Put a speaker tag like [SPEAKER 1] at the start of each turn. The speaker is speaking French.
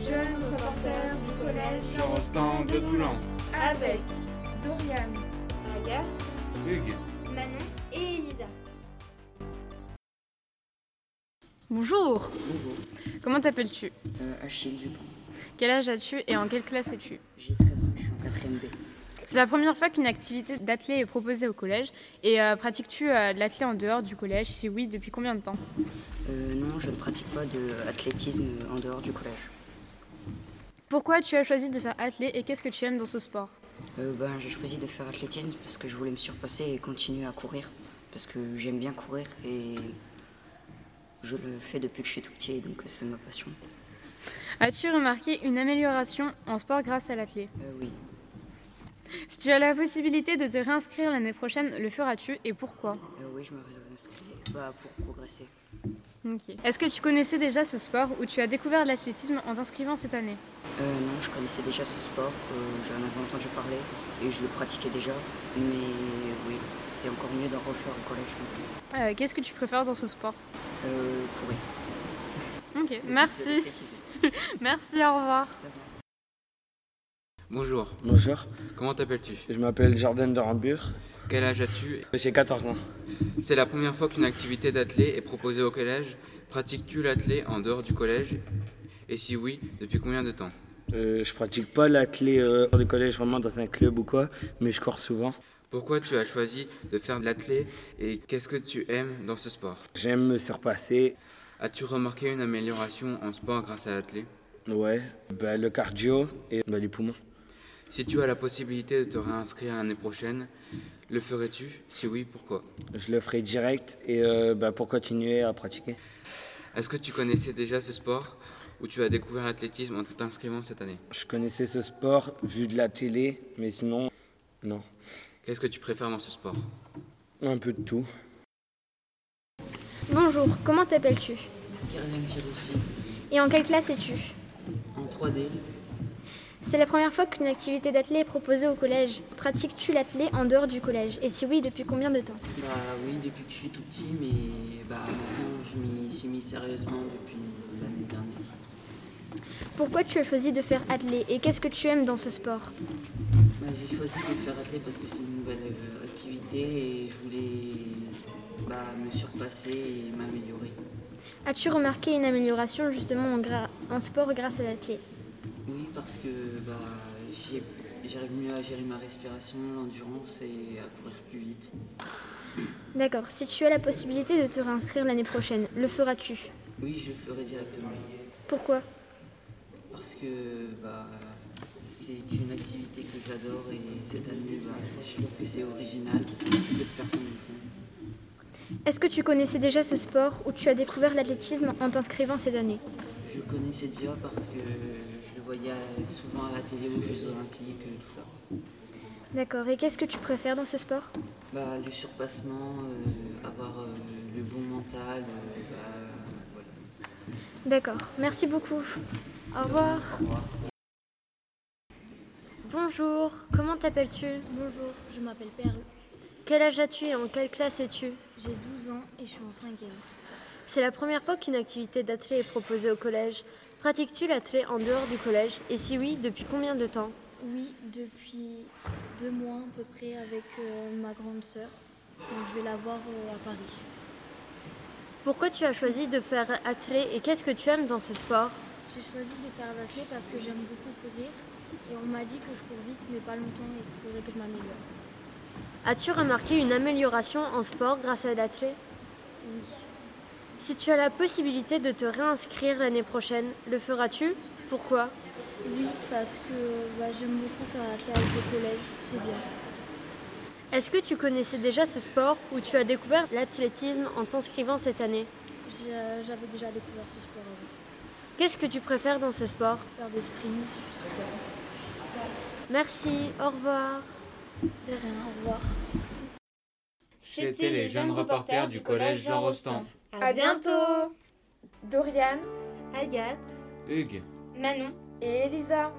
[SPEAKER 1] jeunes reporters du collège
[SPEAKER 2] sur au stand de Toulon,
[SPEAKER 1] avec Dorian,
[SPEAKER 3] Agathe,
[SPEAKER 2] Hugues.
[SPEAKER 3] Manon et Elisa.
[SPEAKER 4] Bonjour
[SPEAKER 5] Bonjour,
[SPEAKER 4] Comment t'appelles-tu
[SPEAKER 5] euh, Achille Dupont.
[SPEAKER 4] Quel âge as-tu et en quelle classe es-tu
[SPEAKER 5] J'ai 13 ans et je suis en 4ème B.
[SPEAKER 4] C'est la première fois qu'une activité d'athlée est proposée au collège. Et euh, pratiques-tu euh, de l'athlée en dehors du collège Si oui, depuis combien de temps
[SPEAKER 5] Euh, non, je ne pratique pas de athlétisme en dehors du collège.
[SPEAKER 4] Pourquoi tu as choisi de faire athlée et qu'est-ce que tu aimes dans ce sport
[SPEAKER 5] Euh, ben, j'ai choisi de faire athlétisme parce que je voulais me surpasser et continuer à courir. Parce que j'aime bien courir et je le fais depuis que je suis tout petit, donc euh, c'est ma passion.
[SPEAKER 4] As-tu remarqué une amélioration en sport grâce à l'athlée
[SPEAKER 5] Euh, oui,
[SPEAKER 4] Si tu as la possibilité de te réinscrire l'année prochaine, le feras-tu et pourquoi
[SPEAKER 5] Euh, oui, je me réinscris bah, pour progresser.
[SPEAKER 4] Ok. Est-ce que tu connaissais déjà ce sport ou tu as découvert l'athlétisme en t'inscrivant cette année
[SPEAKER 5] Euh, non, je connaissais déjà ce sport, euh, j'en avais entendu parler et je le pratiquais déjà. Mais oui, c'est encore mieux d'en refaire au collège.
[SPEAKER 4] Euh, Qu'est-ce que tu préfères dans ce sport
[SPEAKER 5] Euh, courir.
[SPEAKER 4] Ok, merci. Merci, au revoir.
[SPEAKER 6] Bonjour,
[SPEAKER 7] Bonjour,
[SPEAKER 6] comment t'appelles-tu
[SPEAKER 7] je m'appelle Jordan Dorambur,
[SPEAKER 6] Quel âge as-tu
[SPEAKER 7] j'ai 14 ans.
[SPEAKER 6] C'est la première fois qu'une activité d'athlée est proposée au collège. Pratiques-tu l'athlée en dehors du collège Et si oui, depuis combien de temps
[SPEAKER 7] Euh, je pratique pas l'athlé hors du collège, vraiment dans un club ou quoi, mais je cours souvent.
[SPEAKER 6] Pourquoi tu as choisi de faire de l'athlée et qu'est-ce que tu aimes dans ce sport
[SPEAKER 7] J'aime me surpasser.
[SPEAKER 6] As-tu remarqué une amélioration en sport grâce à l'athlée
[SPEAKER 7] Ouais, bah, le cardio et bah, les poumons.
[SPEAKER 6] Si tu as la possibilité de te réinscrire l'année prochaine, le ferais-tu Si oui, pourquoi
[SPEAKER 7] Je le ferai direct et euh, bah, pour continuer à pratiquer.
[SPEAKER 6] Est-ce que tu connaissais déjà ce sport ou tu as découvert l'athlétisme en t'inscrivant cette année
[SPEAKER 7] Je connaissais ce sport vu de la télé, mais sinon, non.
[SPEAKER 6] Qu'est-ce que tu préfères dans ce sport
[SPEAKER 7] Un peu de tout.
[SPEAKER 3] Bonjour, comment t'appelles-tu
[SPEAKER 5] Kyrian Chirifi,
[SPEAKER 3] Et en quelle classe es-tu
[SPEAKER 5] en 3D,
[SPEAKER 3] C'est la première fois qu'une activité d'athlée est proposée au collège. Pratiques-tu l'athlée en dehors du collège Et si oui, depuis combien de temps
[SPEAKER 5] Bah oui, depuis que je suis tout petit, mais bah maintenant je m'y suis mis sérieusement depuis l'année dernière.
[SPEAKER 3] Pourquoi tu as choisi de faire athlée et qu'est-ce que tu aimes dans ce sport
[SPEAKER 5] Bah, j'ai choisi de faire athlé parce que c'est une nouvelle euh, activité et je voulais bah, me surpasser et m'améliorer.
[SPEAKER 3] As-tu remarqué une amélioration justement en, gra- en sport grâce à l'athlée
[SPEAKER 5] Oui, parce que bah j'ai- j'arrive mieux à gérer ma respiration, l'endurance et à courir plus vite.
[SPEAKER 3] D'accord, si tu as la possibilité de te réinscrire l'année prochaine, le feras-tu
[SPEAKER 5] Oui, je le ferai directement
[SPEAKER 3] Pourquoi
[SPEAKER 5] parce que bah c'est une activité que j'adore et cette année bah, je trouve que c'est original parce que peu de personnes le font.
[SPEAKER 3] Est-ce que tu connaissais déjà ce sport ou tu as découvert l'athlétisme en t'inscrivant cette année
[SPEAKER 5] Je connaissais déjà parce que je le voyais à- souvent à la télé aux Jeux Olympiques, euh, tout ça.
[SPEAKER 3] D'accord, et qu'est-ce que tu préfères dans ce sport
[SPEAKER 5] Bah, le surpassement, euh, avoir euh, le bon mental, euh, bah, voilà.
[SPEAKER 3] D'accord, merci beaucoup. Au revoir.
[SPEAKER 8] Bonjour, comment t'appelles-tu
[SPEAKER 9] Bonjour, je m'appelle Perle.
[SPEAKER 8] Quel âge as-tu et en quelle classe es-tu
[SPEAKER 9] J'ai 12 ans et je suis en 5e.
[SPEAKER 8] C'est la première fois qu'une activité d'athlée est proposée au collège. Pratiques-tu l'athlée en dehors du collège Et si oui, depuis combien de temps
[SPEAKER 9] Oui, depuis deux mois à peu près avec euh, ma grande sœur. Donc, je vais la voir euh, à Paris.
[SPEAKER 8] Pourquoi tu as choisi de faire athlée et qu'est-ce que tu aimes dans ce sport
[SPEAKER 9] J'ai choisi de faire l'athlé parce que j'aime beaucoup courir et on m'a dit que je cours vite mais pas longtemps et qu'il faudrait que je m'améliore.
[SPEAKER 8] As-tu remarqué une amélioration en sport grâce à l'athlée
[SPEAKER 9] Oui,
[SPEAKER 8] Si tu as la possibilité de te réinscrire l'année prochaine, le feras-tu Pourquoi
[SPEAKER 9] oui parce que bah, j'aime beaucoup faire l'athlé avec le collège, c'est bien.
[SPEAKER 8] Est-ce que tu connaissais déjà ce sport ou tu as découvert l'athlétisme en t'inscrivant cette année
[SPEAKER 9] J'ai- J'avais déjà découvert ce sport avant.
[SPEAKER 8] Qu'est-ce que tu préfères dans ce sport
[SPEAKER 9] Faire des sprints, super.
[SPEAKER 8] Merci, au revoir.
[SPEAKER 9] De rien, au revoir.
[SPEAKER 2] C'était les jeunes reporters du collège Jean Rostand,
[SPEAKER 1] À bientôt Dorian,
[SPEAKER 3] Agathe,
[SPEAKER 2] Hugues.
[SPEAKER 3] Manon
[SPEAKER 1] et Elisa.